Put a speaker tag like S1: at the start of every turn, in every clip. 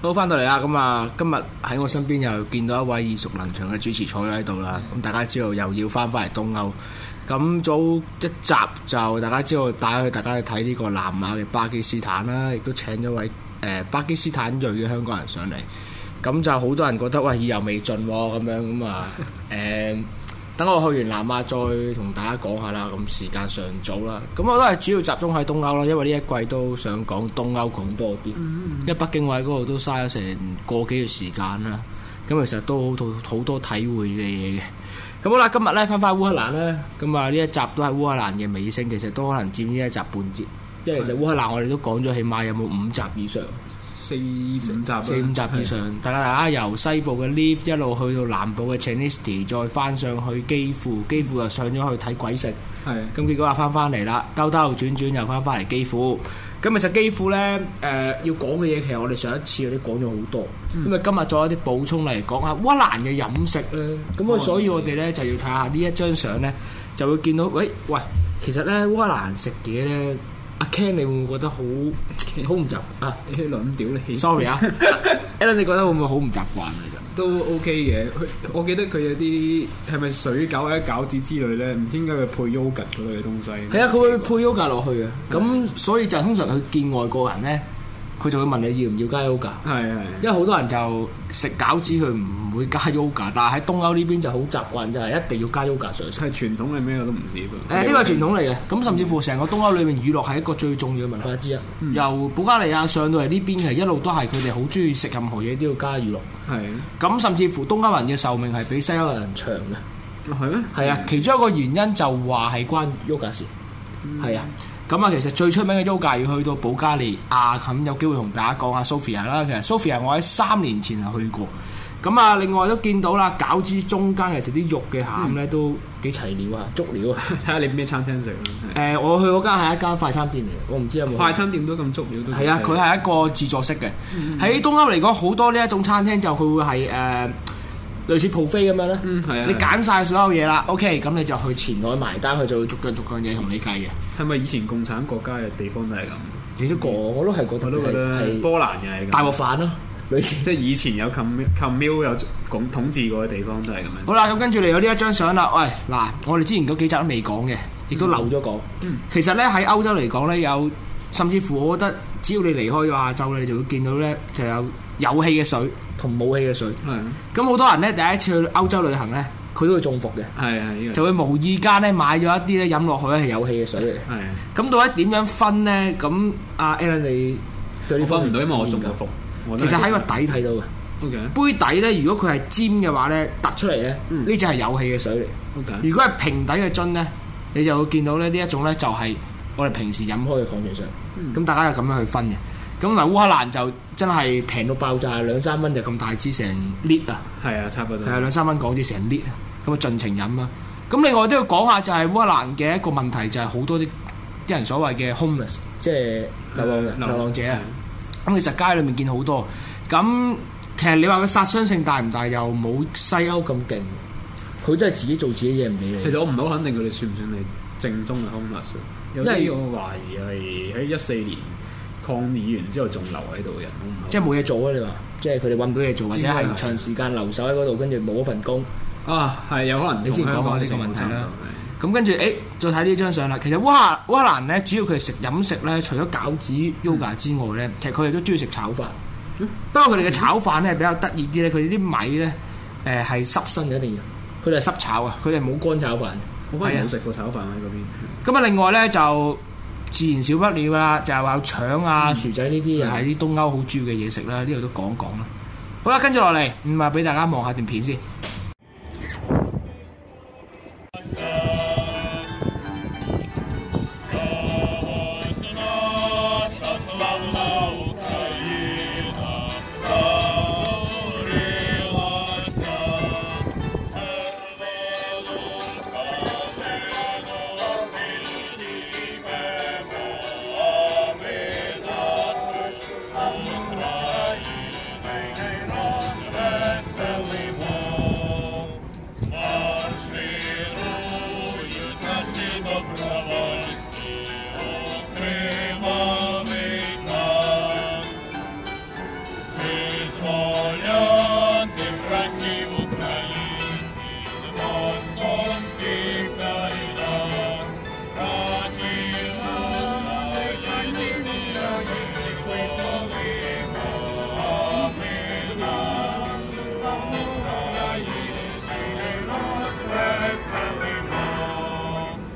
S1: 好翻到嚟啦，咁啊，今日喺我身邊又見到一位耳熟能詳嘅主持坐咗喺度啦。咁大家知道又要翻返嚟東歐，咁早一集就大家知道帶去大家去睇呢個南亞嘅巴基斯坦啦，亦都請咗位誒、呃巴基斯坦裔嘅香港人上嚟。咁就好多人覺得喂意猶未盡喎、咁樣咁啊誒。等我去完南亞再同大家講下啦，咁時間尚早啦。咁我都係主要集中喺東歐啦，因為呢一季都想講東歐講多啲，因為北京位嗰度都嘥咗成個幾月時間啦。咁其實都好多好多體會嘅嘢嘅。咁好啦，今日咧翻返烏克蘭咧，咁啊呢一集都係烏克蘭嘅尾聲，其實都可能佔呢一集半節，因為其實烏克蘭我哋都講咗起碼有冇五集以上。
S2: 四五集啦
S1: 四五集以上，大家大家由西部嘅 Live 一路去到南部嘅 Chernivtsi，再翻上去基輔，基輔又上咗去睇鬼城，
S2: 係
S1: 咁結果又翻翻嚟啦，兜兜轉轉又翻翻嚟基輔。咁啊其實基輔呢，誒、要講嘅嘢，其實我哋上一次嗰啲講咗好多，咁啊、今日再一啲補充嚟講下烏克蘭嘅飲食咧，咁啊所以我哋呢，就要睇下呢一張相呢，就會見到，喂喂，其實呢，烏克蘭食嘢呢，阿 Ken 你會唔會覺得好好唔習啊？
S2: 啲卵屌你
S1: sorry 啊，Alan，你覺得會唔會好唔習慣啊？
S2: 都 OK 嘅。佢我記得佢有啲係咪水餃或者餃子之類咧，唔知點解佢配 yogurt 嗰類嘅東西。
S1: 其實係啊，佢會配 yoga 落去啊嘅，咁所以就通常佢見外國人咧，佢就會問你要唔要加 yoga，
S2: 係係
S1: 因為好多人就食餃子佢唔會加 yoga，但係喺東歐呢邊就好習慣就係一定要加 yoga 上身。
S2: 係傳統係咩我都唔知噃。
S1: 誒呢個係傳統嚟嘅，咁甚至乎成個東歐裏面乳酪係一個最重要嘅文化之一。由保加利亞上到嚟呢邊，其實一路都係佢哋好中意食任何嘢都要加乳酪。
S2: 係
S1: 咁甚至乎東歐人嘅壽命係比西歐人長嘅。
S2: 哦係咩？
S1: 係啊，其中一個原因就話係關 yoga 事，
S2: 嗯
S1: 係啊。咁啊，其實最出名嘅 yoga 要去到保加利亞，咁有機會同大家講下 Sophia 啦。其實 Sophia 我喺三年前係去過。咁啊，另外都見到啦，餃子中間其實啲肉嘅餡咧都幾齊料啊，足料啊。
S2: 睇下你咩餐廳食啦。
S1: 誒、
S2: 係
S1: 我去嗰間係一間快餐店嚟嘅，我唔知有冇
S2: 快餐店都咁足料都
S1: 係啊，佢係一個自助式嘅。喺東歐嚟講，好多呢一種餐廳就佢會係誒、呃、類似 buffet 咁樣咧。
S2: 嗯係啊
S1: 你揀晒所有嘢啦，OK，咁你就去前台埋單，佢就會逐樣逐樣嘢同你計嘅。
S2: 係咪以前共產國家嘅地方都係咁？
S1: 你都講，我都係覺
S2: 我
S1: 得
S2: 都覺得
S1: 係
S2: 波蘭又係咁。
S1: 大鑊飯咯，類似。
S2: 即係以前有 comm commune 有統統治過嘅地方都係咁樣。
S1: 好啦，咁跟住嚟有呢一張相啦。喂，嗱，我哋之前嗰幾集都未講嘅，亦都漏咗講。
S2: 嗯
S1: 其實呢，喺歐洲嚟講呢，有甚至乎我覺得，只要你離開咗亞洲呢，你就會見到呢，就有有氣嘅水同冇氣嘅水。
S2: 係
S1: 咁好多人咧，第一次去歐洲旅行咧，佢都會中伏嘅，
S2: 係係呢
S1: 就
S2: 個
S1: 會無意間咧買咗一啲咧飲落去咧係有氣嘅水嚟嘅。
S2: 係。
S1: 咁到底點樣分咧？咁阿 Alan 你對呢
S2: 我
S1: 方面
S2: 分唔到，因為我中
S1: 有
S2: 過
S1: 冇
S2: 伏。
S1: 研
S2: 我
S1: 究
S2: 真
S1: 其實
S2: 係
S1: 喺個底睇到嘅
S2: OK
S1: 杯底咧，如果佢係尖嘅話咧，突出嚟咧，
S2: 嗯啊
S1: 呢只係有氣嘅水嚟。
S2: OK
S1: 如果係平底嘅樽咧，你就會見到咧呢一種咧就係我哋平時飲開嘅礦泉水。咁、大家就咁樣去分嘅。咁嗱，烏克蘭就真係平到爆炸，兩三蚊就咁大支成 lit 啊！
S2: 係啊，差不多
S1: 係啊，兩三蚊港紙成 lit，咁啊盡情飲啦。咁另外都要講下就係烏克蘭嘅一個問題，就係好多啲啲人所謂嘅 homeless，即係流浪人
S2: 流浪
S1: 流浪者啊。咁其實街裏面見好多。咁其實你話佢殺傷性大唔大，又冇西歐咁勁。佢真係自己做自己嘢唔理
S2: 其
S1: 你。
S2: 實我唔係好肯定佢哋算唔算係正宗嘅 homeless，有
S1: 因為
S2: 啲我懷疑係喺一四年抗議完之後仲留喺度嘅人，我唔係好
S1: 即係冇嘢做啊！你話，啊即係佢哋揾唔到嘢做，或者
S2: 應該
S1: 係
S2: 係
S1: 長時間留守喺嗰度，跟住冇咗份工。
S2: 啊係有啊可能
S1: 你之前
S2: 同香港
S1: 講過呢個
S2: 情況
S1: 問題啦
S2: 差唔多
S1: 咁跟住，誒，再睇呢張相啦。其實烏克烏克蘭咧，主要佢哋食飲食咧，除咗餃子、yoga 之外咧，其實佢哋都中意食炒飯。不過佢哋嘅炒飯咧比較得意啲咧，佢哋啲米咧誒係濕身嘅一定要，佢哋係濕炒啊，佢哋冇乾炒飯。
S2: 我反
S1: 係
S2: 而
S1: 啊
S2: 冇食過炒飯喺嗰
S1: 咁啊，另外咧就自然少不了啦，就係話有腸啊、薯仔呢啲又係啲東歐好主要嘅嘢食啦，呢度都講講啦。好啦，跟住落嚟，唔啊，俾大家望下段片先。
S3: Веселий Бог.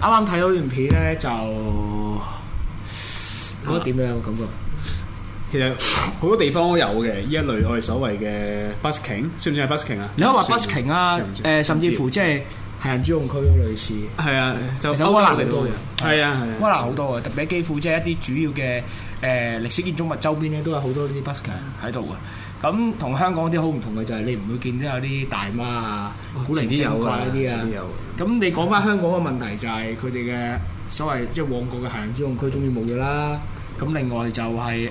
S1: 啱啱睇到段片咧，就覺得點樣感覺？
S2: 其實好多地方都有嘅呢一類我哋所謂嘅 busking，算唔算係 busking 啊？
S1: 你可以話 busking 啊
S2: 又唔，知
S1: 誒甚至乎即係行人專用區都類似。
S2: 係啊，就
S1: 其實烏克蘭好
S2: 歐洲
S1: 多嘅
S2: 係啊係啊，
S1: 哇！嗱，好多嘅，特別喺基輔即係一啲主要嘅誒、呃、歷史建築物周邊咧，都有好多呢啲 busker 喺度嘅。咁同香港啲好唔同嘅就係你唔會見到有啲大媽啊、古靈精怪呢啲啊
S2: 遲。有
S1: 咁你講翻香港嘅問題就係佢哋嘅所謂即係旺角嘅行人專用區終於冇咗啦。咁另外就係誒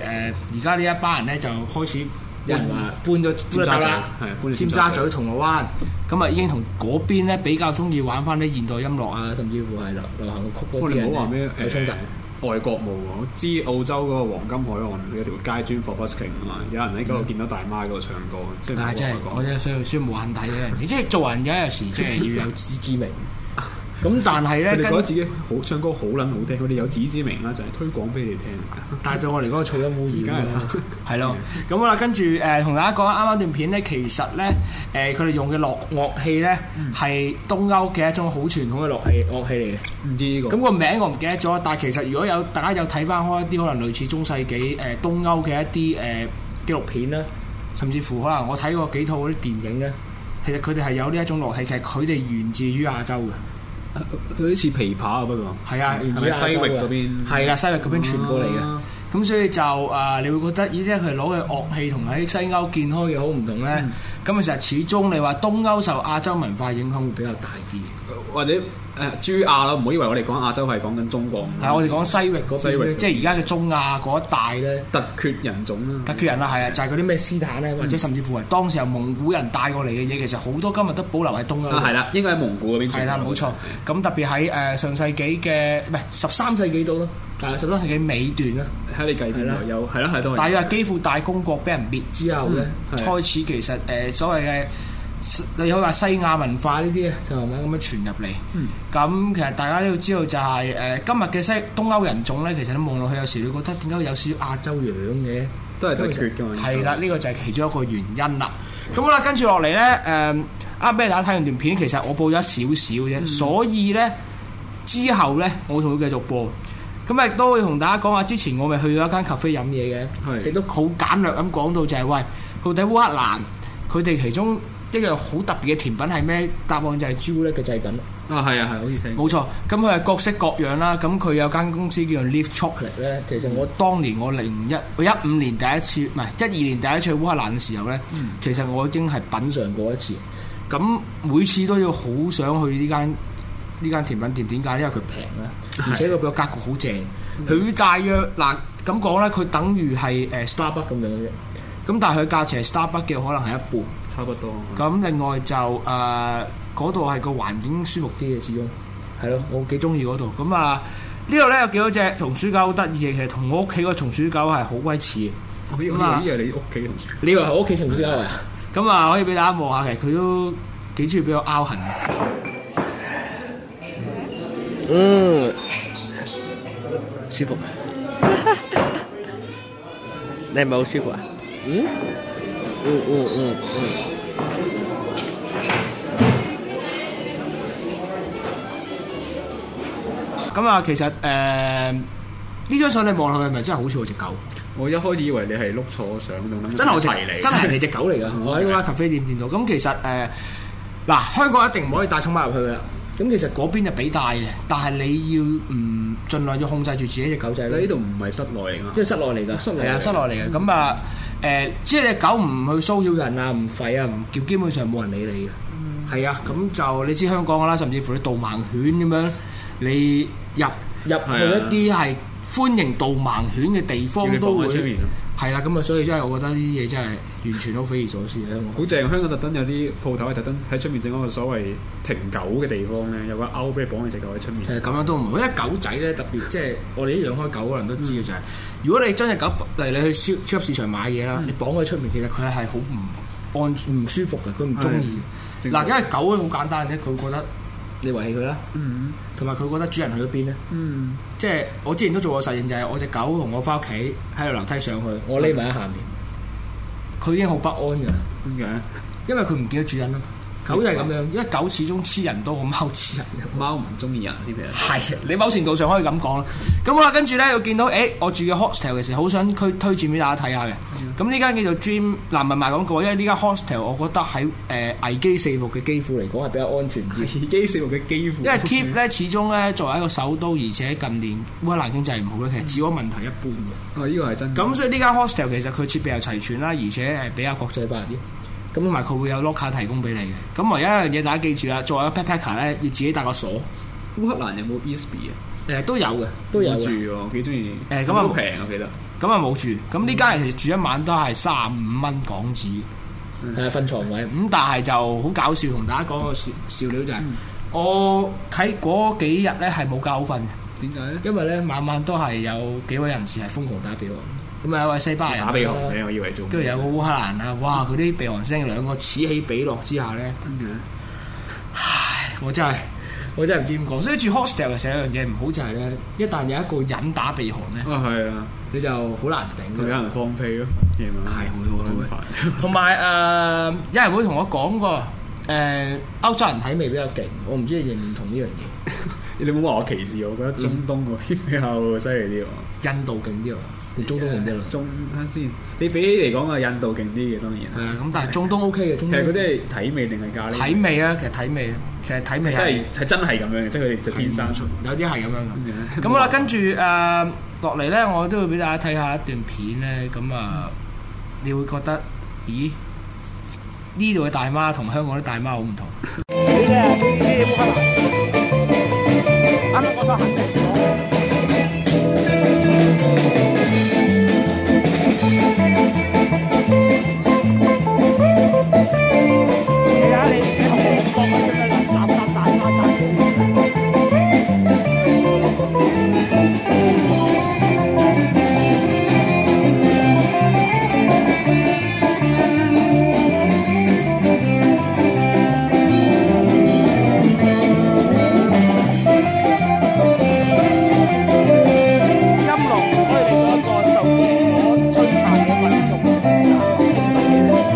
S1: 而家呢一班人咧就開始有人話搬咗搬咗走啦，
S2: 係搬咗
S1: 尖
S2: 尖
S1: 沙
S2: 沙
S1: 咀、
S2: 咀
S1: 銅鑼灣，咁啊已經同嗰邊咧比較中意玩翻啲現代音樂啊，甚至乎係流流行曲嗰
S2: 我
S1: 啲
S2: 哋
S1: 人
S2: 唔好話
S1: 呢
S2: 咩
S1: 有衝突。
S2: 誒外國冇喎，我知澳洲嗰個黃金海岸有條街專 for busking 啊嘛，有人喺嗰度見到大媽喺嗰度唱歌，即係
S1: 嗯啊！真係，我
S2: 講
S1: 真係需要需要冇眼睇嘅，你即係做人有陣時即係要有自知之明。咁但係咧，
S2: 佢哋覺
S1: 跟
S2: 得自己好唱歌好撚好聽，佢哋有自知之明啦，就係推廣俾你聽。
S1: 但係對我嚟講，噪音污染啦
S2: 梗係啦，
S1: 係咯。咁好啦，跟住誒同大家講啱啱段片咧，其實咧誒佢哋用嘅樂樂器咧
S2: 嗯
S1: 係東歐嘅一種好傳統嘅樂器樂器嚟嘅。
S2: 唔知呢個
S1: 咁個名我唔記得咗，但係其實如果有大家有睇翻開一啲可能類似中世紀誒、呃、東歐嘅一啲誒、呃、紀錄片啦，甚至乎可能我睇過幾套嗰啲電影咧，其實佢哋係有呢一種樂器，其實佢哋源自於亞洲嘅。
S2: 佢好似琵琶啊，不過
S1: 係啊，
S2: 係
S1: 源自
S2: 咪
S1: 於亞洲
S2: 西域
S1: 嘅
S2: 嗰邊
S1: 係啦，西域嗰邊傳過嚟嘅。
S2: 啊
S1: 咁所以就啊、你會覺得咦，即係佢攞嘅樂器同喺西歐見開嘅好唔同咧。咁其實始終你話東歐受亞洲文化影響會比較大啲。
S2: 或者誒珠亞啦，唔好以為我哋講亞洲係講緊中國，
S1: 但係我哋講西域嗰
S2: 西
S1: 邊嗯
S2: 域
S1: 咧，即係而家嘅中亞嗰一帶咧，
S2: 突厥人種啦，
S1: 突厥人啦，係啊，就係嗰啲咩斯坦咧，或者甚至乎係當時由蒙古人帶過嚟嘅嘢，其實好多今日都保留喺東
S2: 啊
S1: 歐。
S2: 係啦，應該喺蒙古嗰邊傳
S1: 係啦，
S2: 過嚟
S1: 冇錯。咁特別喺誒上世紀嘅唔係十三世紀度咯，誒十三世紀尾段啦。
S2: 睇你計
S1: 係
S2: 邊
S1: 啦
S2: 度有係啦係都係。
S1: 大約係基輔大公國俾人滅之後咧，
S2: 嗯係
S1: 開始其實誒、呃所謂嘅你可以話西亞文化呢啲就慢慢咁樣傳入嚟。
S2: 嗯
S1: 咁、其實大家都要知道就係、呃今日嘅西東歐人種咧，其實你望落去有時你覺得點解有少少亞洲樣嘅？
S2: 都係突厥㗎嘛
S1: 係啦，呢個就係其中一個原因啦。咁好啦，跟住落嚟咧，誒、啱俾大家睇完段片，其實我播咗少少啫，
S2: 嗯
S1: 所以咧之後咧，我仲會繼續播。咁亦都會同大家講下，之前我咪去咗一間 cafe 飲嘢嘅，
S2: 係
S1: 亦都好簡略咁講到就係、喂，到底烏克蘭佢哋其中一樣好特別嘅甜品係咩？答案就係朱古力嘅製品。
S2: 啊係啊係，好似聽過。
S1: 冇錯，咁佢係各式各樣啦。咁佢有間公司叫做 Leaf Chocolate 咧。其實我當年我零一我一五年第一次，唔係一二年第一次去烏克蘭嘅時候咧，其實我已經係品嚐過一次。咁每次都要好想去呢間呢間甜品店，點解？因為佢平啦，而且佢個格局好正。佢大約嗱咁講咧，佢等於係誒 Starbucks 咁樣嘅啫。咁但係佢價錢係 Starbucks 嘅可能係一半。
S2: 差不多。
S1: 咁另外就誒嗰度係個環境舒服啲嘅，始終係咯，我幾中意嗰度。咁啊，呢度咧有幾多隻松鼠狗好得意嘅，其實同我屋企個松鼠狗係好鬼似嘅。
S2: 我以為
S1: 咁啊
S2: 呢樣你屋企同事
S1: 你以為係我屋企松鼠狗啊？咁啊，可以俾大家望下，其實佢都幾中意俾我拗痕。嗯，舒服。 你係咪好舒服啊？嗯，嗯嗯嗯嗯。咁啊，其實誒呢張相你望落去，係咪真係好似我只狗？
S2: 我一開始以為你係碌錯相咁樣，
S1: 真係我隻
S2: 提你，
S1: 真係你隻狗嚟㗎。我喺嗰間咖啡店見到。咁其實誒嗱、香港一定唔可以帶寵物入去㗎啦。咁其實嗰邊就俾帶嘅，但係你要唔盡量要控制住自己只狗仔
S2: 你
S1: 咯。
S2: 呢度唔係室內嚟
S1: 因為
S2: 㗎，
S1: 室內嚟㗎，
S2: 室嗯內嚟㗎
S1: 係啊，室內嚟嘅。咁啊誒，即係只狗唔去騷擾人啊，唔吠啊，唔叫，基本上冇人理你嘅。
S2: 嗯
S1: 係啊，咁就你知香港㗎啦，甚至乎啲導盲犬咁樣，你入入去一啲係歡迎導盲犬嘅地
S2: 啊要
S1: 方
S2: 你
S1: 都
S2: 放喺出
S1: 會。
S2: 面。
S1: 係啦，咁啊，所以真係我覺得呢啲嘢真係完全好匪夷所思嘅啊香港。
S2: 好正，香港特登有啲鋪頭係特登喺出面整嗰個所謂停狗嘅地方咧，有個勾俾你綁你隻狗喺出面
S1: 其。實咁樣都唔好，因為狗仔咧特別即係我哋啲養開狗可能都知嘅就係、如果你將只狗例如你去超超級市場買嘢啦，你綁佢出面，其實佢係好唔安唔舒服嘅，佢唔中意嘅。
S2: 係
S1: 嗱，因為狗好簡單啫，佢覺得你遺棄佢啦，
S2: 嗯
S1: 同埋佢覺得主人去咗邊咧。
S2: 嗯，
S1: 即係我之前都做過實驗，就係、我只狗同我翻屋企喺度樓梯上去，我匿埋喺下面，佢已經好不安㗎，
S2: 點解？
S1: 因為佢唔見咗主人啊嘛。狗就係咁樣，因為狗始終黐人多過貓黐人。
S3: 貓唔中意人啲咩？
S1: 係，啊你某程度上可以咁講啦。咁好啦，跟住咧又見到，誒、我住嘅 hostel 嘅時候，好想推推薦俾大家睇下嘅。咁呢間叫做 Dream，嗱唔係賣廣告，因為呢間 hostel 我覺得喺誒、危機四伏嘅基輔嚟講係比較安全啲。
S2: 危機四伏嘅幾乎，
S1: 因為 Kiev 咧始終咧作為一個首都，而且近年烏克蘭經濟唔好咧，其實治安問題一般嘅。
S2: 哦，呢個係真嘅。
S1: 咁所以呢間 hostel 其實佢設備又齊全啦，而且係比較國際化啲。咁同埋佢會有 locker 提供俾你嘅。咁唯一一樣嘢大家記住啦，作為一個 backpacker 咧，要自己帶個鎖。誒、
S3: 烏克蘭有冇 Isby 啊？
S1: 都有嘅，都有
S2: 我住
S1: 嘅。
S2: 喎，我幾中意。
S1: 誒咁啊
S3: 都平我記得。
S1: 咁啊冇住。咁呢間其實住一晚都係三十五蚊港紙，係瞓床位。咁但係就好搞笑，同大家講個笑笑料就係、我喺嗰幾日咧係冇覺好瞓嘅。
S2: 點解咧？
S1: 因為咧晚晚都係有幾位人士係瘋狂打俾我，咁啊有位西班牙人
S3: 打俾我，
S1: 啦
S3: 你我以為做咩。
S1: 跟住有個烏克蘭啊，哇！佢啲鼻鼾聲兩個此起彼落之下咧，
S2: 跟住咧，
S1: 我真係我真係唔知點講。所以住 hostel 嘅時候有一樣嘢唔好就係咧，一旦有一個人打鼻鼾咧，
S2: 啊係啊，
S1: 你就好難頂
S2: 佢有
S1: 嘅。
S2: 人放屁咯，夜晚
S1: 係會會會
S2: 會
S1: 同埋誒，有人會同我講過，誒、呃歐洲人睇味比較勁，我唔知你認唔認同呢樣嘢。
S2: 你冇話我歧視，我覺得中東嗰邊比較犀利啲喎。
S1: 印度勁啲喎，你中東勁啲咯。
S2: 中睇下先，你比起嚟講啊，印度勁啲嘅當
S1: 係
S2: 然。
S1: 啊，咁但係中東 OK 嘅，中
S2: 其
S1: 東
S2: 實佢哋係體味定係咖喱？
S1: 睇味啊，其實睇味，其實睇味
S2: 即係係真係咁樣嘅，即係佢哋食天生出。
S1: 有啲係咁樣嘅。
S2: 咁
S1: 咁好啦，跟住誒落嚟咧，我都會俾大家睇下一段片咧。咁啊，你會覺得，咦？呢度嘅大媽同香港啲大媽好唔同。
S4: 音樂可以令到一個受政府摧殘嘅民族暫時興奮起嚟。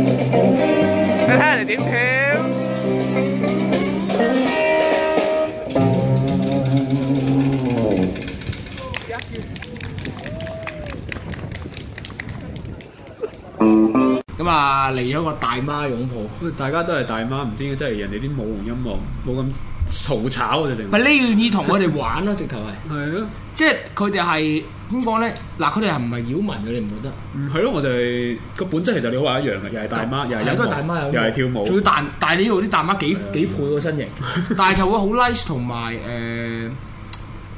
S4: 你睇人哋點跳？
S1: 咁啊，嚟咗個大媽擁抱。
S2: 大家都係大媽，唔知即係人哋啲舞同音樂冇咁嘈吵嘅就淨
S1: 咪呢樣嘢同我哋玩咯，直頭 係，
S2: 係咯，
S1: 即係佢哋係點講咧？嗱，佢哋係唔係擾民嘅？你唔覺得？
S2: 唔嗯係咯，我就係個本質其實你好話一樣嘅，又係大媽，又係音
S1: 都係大媽
S2: 樂，又係跳舞啊
S1: 仲。要彈，但係呢度啲大媽幾幾倍個身形， 但係就會好 nice 同埋誒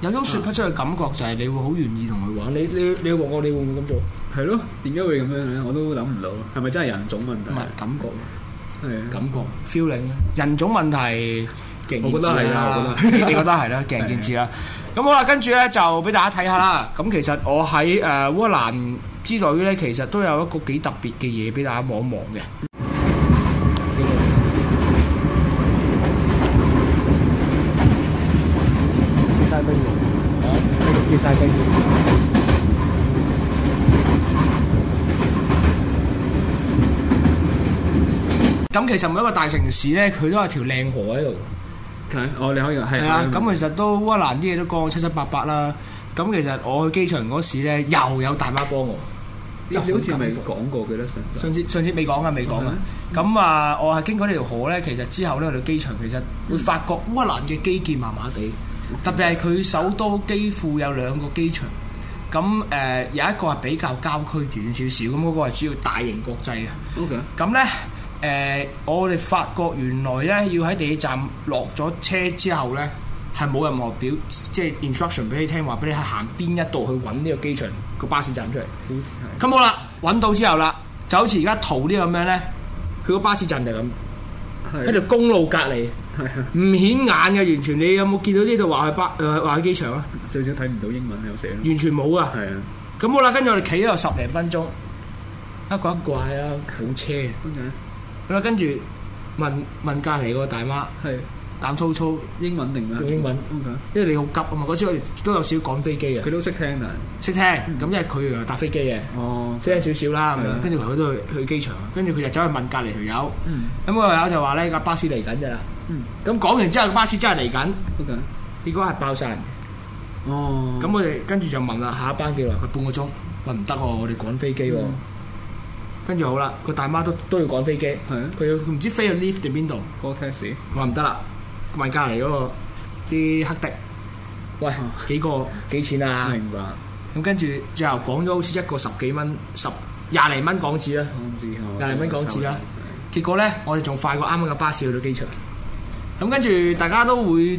S1: 有種説不出嘅感覺，就係你會好願意同佢玩。你你你話我，你會唔會咁做？唔
S2: 係咯，點解會咁樣咧？我都諗唔到，係咪真係人種問題？
S1: 係感覺，
S2: 係啊
S1: 感覺 feeling 人種問題。勁
S2: 我覺得係啊我
S1: 見智啦 你覺得係啦，勁件事啦。咁好啦，跟住咧就俾大家睇下啦。咁其實我喺誒烏克蘭之旅咧，其實都有一個幾特別嘅嘢俾大家望一望嘅。
S4: 晒冰。
S1: 咁其實每一個大城市咧，佢都有條靚河喺度。
S2: 哦，你可以係
S1: 係啊，咁其實都烏克蘭啲嘢都講得七七八八啦。咁其實我去機場嗰時咧，又有大媽幫我。
S2: 你好似咪講嗯過嘅咧？
S1: 上次上次未講啊，未講啊。咁啊，我係經過呢條河咧，其實之後咧去到機場，其實會發覺烏克蘭嘅基建麻麻地，特別係佢首都基輔有兩個機場。咁誒、呃有一個係比較郊區遠少少，咁嗰個係主要大型國際嘅。啊
S2: O K，
S1: 咁呢，誒、我哋發覺原來呢，要喺地鐵站落咗車之後呢，係冇任何表，即係 instruction 俾你聽，話俾你行邊一度去揾呢個機場個巴士站出嚟。
S2: 好似
S1: 咁好啦，揾到之後啦，就好似而家圖呢咁樣呢，佢個巴士站就係咁
S2: 係
S1: 喺條公路隔離，
S2: 係啊，
S1: 唔顯眼嘅，完全你有冇見到呢度話去巴誒話去機場啊？
S2: 最少睇唔到英文有寫咯。
S1: 完全冇啊！
S2: 係啊，
S1: 咁好啦，跟住我哋企咗有十零分鐘，一怪一怪啊，冇車。
S2: 點解？
S1: 咁啦，跟住問問隔離個大媽
S2: 係
S1: 膽粗粗，
S2: 英文定咩？O K，
S1: 因為你好急啊嘛。嗰時我哋都有少少趕飛機嘅
S2: 佢，都識聽但
S1: 識聽。咁因為佢原來搭飛機嘅，
S2: 哦
S1: 識聽少少啦咁
S2: 係啊
S1: 樣。跟住佢都去去機場，跟住佢就走去問隔離條友。
S2: 嗯
S1: 咁嗰個友就話咧架巴士嚟緊㗎啦。
S2: 嗯
S1: 咁講完之後，巴士真係嚟緊，
S2: ，O K，
S1: 結果係爆晒人。
S2: 哦，
S1: 咁我哋跟住就問啦，下一班幾耐？佢半個鐘。喂，唔得喎，我哋趕飛機喎
S2: 嗯。
S1: 跟住好啦，個大媽都都要趕飛機，
S2: 係啊
S1: 佢要佢唔知飛去 lift 定邊度。
S2: 個 taxi
S1: 我話唔得啦，問隔離嗰個啲黑的，喂
S2: 啊
S1: 幾個幾錢啊？
S2: 明白，
S1: 咁跟住最後講咗好似一個十幾蚊，十廿零蚊港紙啦。
S2: 港紙
S1: 廿零蚊港紙啦。結果呢，我哋仲快過啱啱嘅巴士去到機場。咁跟住大家都會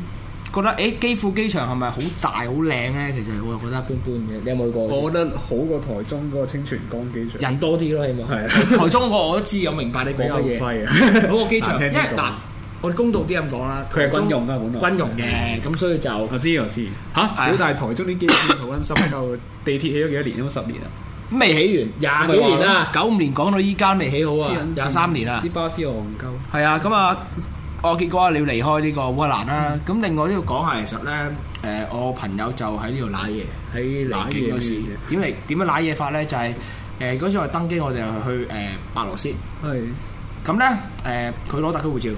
S1: 覺得，誒、基輔機場係咪好大好靚呢？其實我又覺得一般般嘅。你有冇去過？
S2: 我覺得好過台中嗰個清泉江機場，
S1: 人多啲咯，起碼
S2: 係 啊
S1: 台中我我都知，我明白你
S2: 比
S1: 講
S2: 較
S1: 嘅嘢。
S2: 廢啊。
S1: 嗰個機 場，因
S2: 難
S1: 為
S2: 聽啲講
S1: 嗱，我哋公道啲咁講啦，
S2: 佢係
S1: 台中
S2: 軍用㗎本來
S1: 軍用嘅，咁所以就。
S2: 我知我知嚇，
S1: 係啊
S2: 屌！但係台中啲基建好撚深究，地鐵起咗幾多年？有冇十年啊？
S1: 未起完，廿幾年啦，九五年講到依家未起好啊
S2: 黐撚，線
S1: 廿三年啦
S2: 啲，巴士又戇鳩，
S1: 係啊，咁啊，我結果你要離開呢個烏克蘭啦。咁另外都要講下，其實咧，誒，我朋友就喺呢度揦嘢，喺離境嗰時
S2: 瀨嘢
S1: 點嚟點樣揦嘢法咧，就係誒嗰時我登機，我哋去誒白羅斯，
S2: 係
S1: 咁咧誒佢攞特區護照，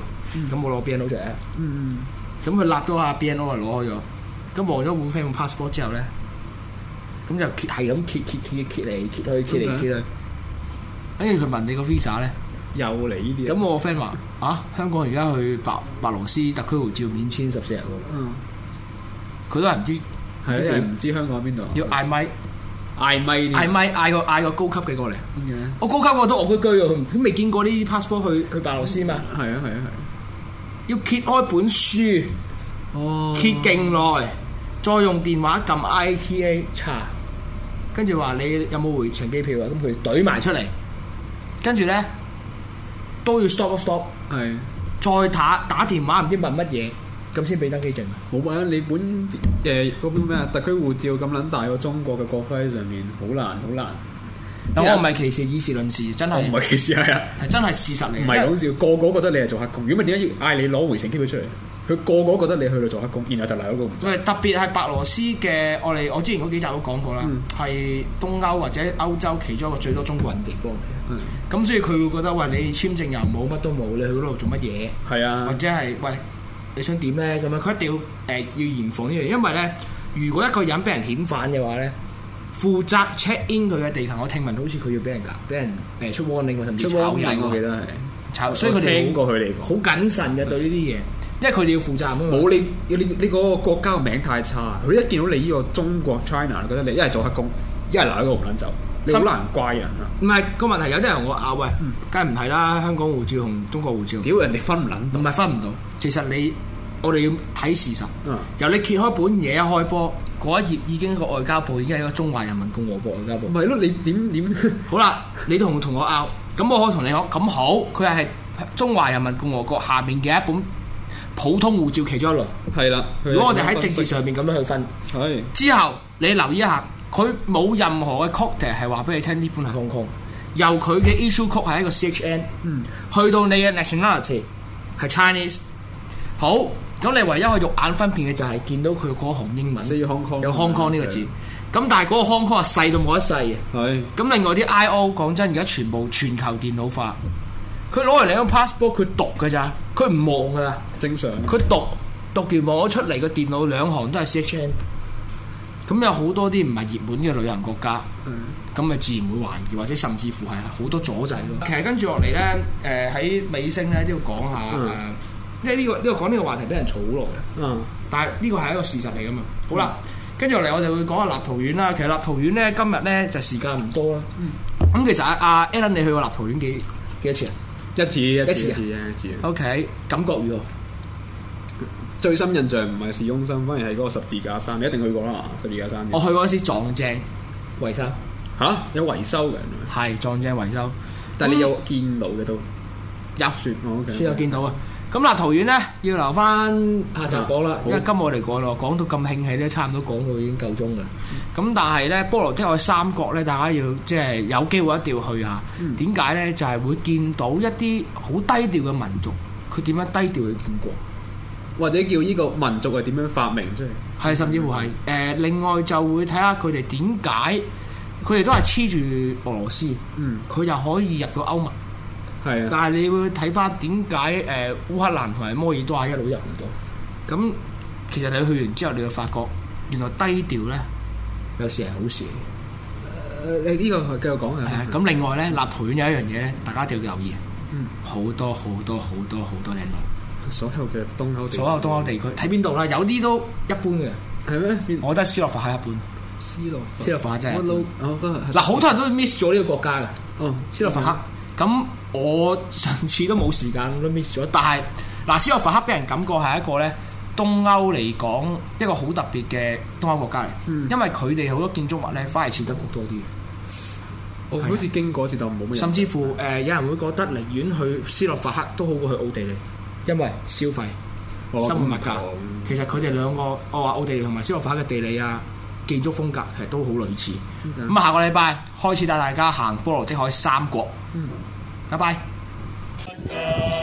S1: 咁我攞 BNO 出嚟啊，
S2: 嗯
S1: 咁佢立咗下 BNO 就攞開咗，咁望咗本 f r i e n passport 之後咧，咁就揭係咁揭揭揭揭嚟揭去揭嚟揭去，跟住佢問你個 visa 咧。
S2: 又嚟呢啲
S1: 咁
S2: 啊，
S1: 我個 friend 話：啊，香港而家去白白羅斯特區護照免簽十四日喎，
S2: 嗯
S1: 佢都係唔知
S2: 係啲人唔知香港邊度，啊
S1: 要嗌咪
S2: 嗌咪啲啊
S1: 嗌咪嗌個嗌個高級嘅過嚟。
S2: 邊嘅，
S1: 我高級我都戇居居喎，佢唔 佢未見過呢啲 passport 去去白羅斯嘛，
S2: 係啊係啊
S1: 要揭開本書，
S2: 係，哦
S1: 揭勁耐，再用電話撳 ITA 查，跟住話你有冇回程機票啊？咁佢懟埋出嚟，跟住咧都要 stop 一 stop，
S2: 係
S1: 再打打電話唔知問乜嘢，咁先俾登機證。
S2: 冇辦法，你本誒嗰本咩啊？特區護照咁撚大個中國嘅國徽喺上面，好難好難，
S1: 但我唔係歧視，以事論事，真
S2: 我
S1: 係
S2: 哦唔係歧視係啊。
S1: 係真係事實嚟嘅。
S2: 唔係講笑，個個覺得你係做黑工，如果唔係點解要嗌你攞回程機票出嚟？佢個個覺得你去到做黑工，然後就嚟咗個唔
S1: 因為特別係白羅斯嘅，我哋我之前嗰幾集都講過啦
S2: 嗯，
S1: 係、東歐或者歐洲其中一個最多中國人地方嚟
S2: 嗯
S1: 嘅。咁所以佢會覺得喂，你簽證又冇，乜都冇，你去嗰度做乜嘢？
S2: 係啊
S1: 或，者係喂你想點咧？咁樣佢一定要誒、呃要嚴防呢樣嘢，因為咧，如果一個人俾人遣返嘅話咧，負責 check in 佢嘅地勤，我聽聞好似佢要俾人夾，俾人誒出 warning 喎甚至
S2: 出
S1: 炒
S2: 汪
S1: 人
S2: 明我記
S1: 喎，
S2: 得係，
S1: 炒，啊所以佢
S2: 我
S1: 哋
S2: 聽
S1: 好
S2: 啊過佢哋講
S1: 好謹慎嘅對呢啲嘢，因為佢哋要負責任啊嘛。
S2: 冇你你你嗰個國家嘅名太差，佢一見到你呢個中國 China，覺得你一係做黑工，一係留喺度唔撚走，你好
S1: 心
S2: 難怪人啊！
S1: 唔係個問題，有啲人同我拗喂，梗係唔係啦？香港護照同中國護照
S2: 屌人哋分唔撚
S1: 唔係分唔到。其實你我哋要睇事實。
S2: 嗯
S1: 由你揭開本嘢一開波，嗰一頁已經個外交部已經係一個中華人民共和國外交部
S2: 唔。係咯？你點點
S1: 好啦，你同同我拗，咁我可以同你講，咁好，佢係中華人民共和國下面嘅一本普通護照其中一類。
S2: 係啦？
S1: 如果我哋喺政治上面咁樣去分，
S2: 係
S1: 之後你留意一下，佢冇任何嘅 code 係話俾你聽呢本係 Hong Kong，由佢嘅 issue code 係一個 CHN，、
S2: 嗯
S1: 去到你嘅 nationality 係 Chinese，好，咁你唯一可以肉眼分辨嘅就係見到佢嗰行英文
S2: 所以 Hong Kong
S1: 有 Hong Kong 呢個字，咁但係嗰個 Hong Kong 係細到冇得細嘅。
S2: 係
S1: 咁另外啲 I/O 講真，而家全部全球電腦化，佢攞嚟你個 passport，佢讀㗎咋，佢唔望㗎啦，
S2: 正常。
S1: 佢讀讀完望咗出嚟個電腦兩行都係 CHN，咁有好多啲唔係熱門嘅旅行國家，咁咪自然會懷疑，或者甚至乎係好多阻滯咯。其實跟住落嚟咧，誒、喺尾聲咧都要講下誒，
S2: 嗯
S1: 因為呢、個呢、個講呢個話題俾人嘈好耐嘅。
S2: 嗯，
S1: 但係呢個係一個事實嚟噶嘛。好啦，跟住落嚟我就會講下立陶宛啦。其實立陶宛咧今日咧就時間唔多啦。咁、其實阿、阿 Alan 你去過立陶宛幾幾多次啊
S2: 一次一
S1: 一次
S2: 次
S1: 啊
S2: 一次。
S1: ？OK，感覺如何？
S2: 最深印象唔係市中心，反而係嗰個十字架山，你一定去過啦，十字架山嘅。
S1: 我去嗰時撞正維修，
S2: 嚇有維修嘅，原來
S1: 係撞正維修，
S2: 但係你有見到嘅都
S1: 有
S2: 嗯雪，我 OK。
S1: 先有見到啊。咁立陶宛咧要留翻下集講啦，
S2: 好
S1: 因為今日我哋講咯，講到咁興起咧，差唔多講到已經夠鐘啦。咁但係咧，波羅的海三國咧，大家要即係有機會一定要去下。點解咧？就係、會見到一啲好低調嘅民族，佢點樣低調去建國？
S2: 或者叫呢個民族係點樣發明出嚟？
S1: 係，甚至乎係誒、呃另外就會睇下佢哋點解佢哋都係黐住俄羅斯，
S2: 嗯，
S1: 佢又可以入到歐盟。
S2: 係啊，
S1: 但係你會睇翻點解誒烏克蘭同埋摩爾多瓦一路入唔到？咁其實你去完之後，你就發覺原來低調咧有時係好事嚟
S2: 誒你呢個係繼續講
S1: 嘅。係啊
S2: 係。
S1: 咁另外咧，立陶宛有一樣嘢咧，大家一定要留意，
S2: 嗯
S1: 好多好多好多好多靚女，
S2: 所有嘅東歐地，
S1: 所有東歐地區睇邊度啦，有啲都一般嘅，
S2: 係咩？邊
S1: 我覺得斯洛伐克一般，
S2: 斯洛
S1: 哦斯洛伐克真係
S2: 我
S1: 一般
S2: 老我都係
S1: 嗱好多人都 miss 咗呢個國家嘅。
S2: 哦
S1: 斯洛伐克。咁我上次都冇時間都 miss 咗，但係嗱，斯洛伐克俾人感覺係一個咧東歐嚟講一個好特別嘅東歐國家嚟，
S2: 嗯
S1: 因為佢哋好多建築物咧反而似德國多啲，
S2: 我
S1: 啊
S2: 好似經過一次，但冇乜印象
S1: 甚至乎誒、呃有人會覺得寧願去斯洛伐克都好過去奧地利，因為消費、
S2: 哦
S1: 生活物價
S2: 咁唔，
S1: 其實佢哋兩個我話奧地利同埋斯洛伐克嘅地理啊、建築風格其實都好類似。
S2: 嗯
S1: 咁啊，下個禮拜開始帶大家行波羅的海三國，拜拜。
S2: 嗯
S4: Hãy subscribe cho kênh Ghiền Mì Gõ Để không bỏ lỡ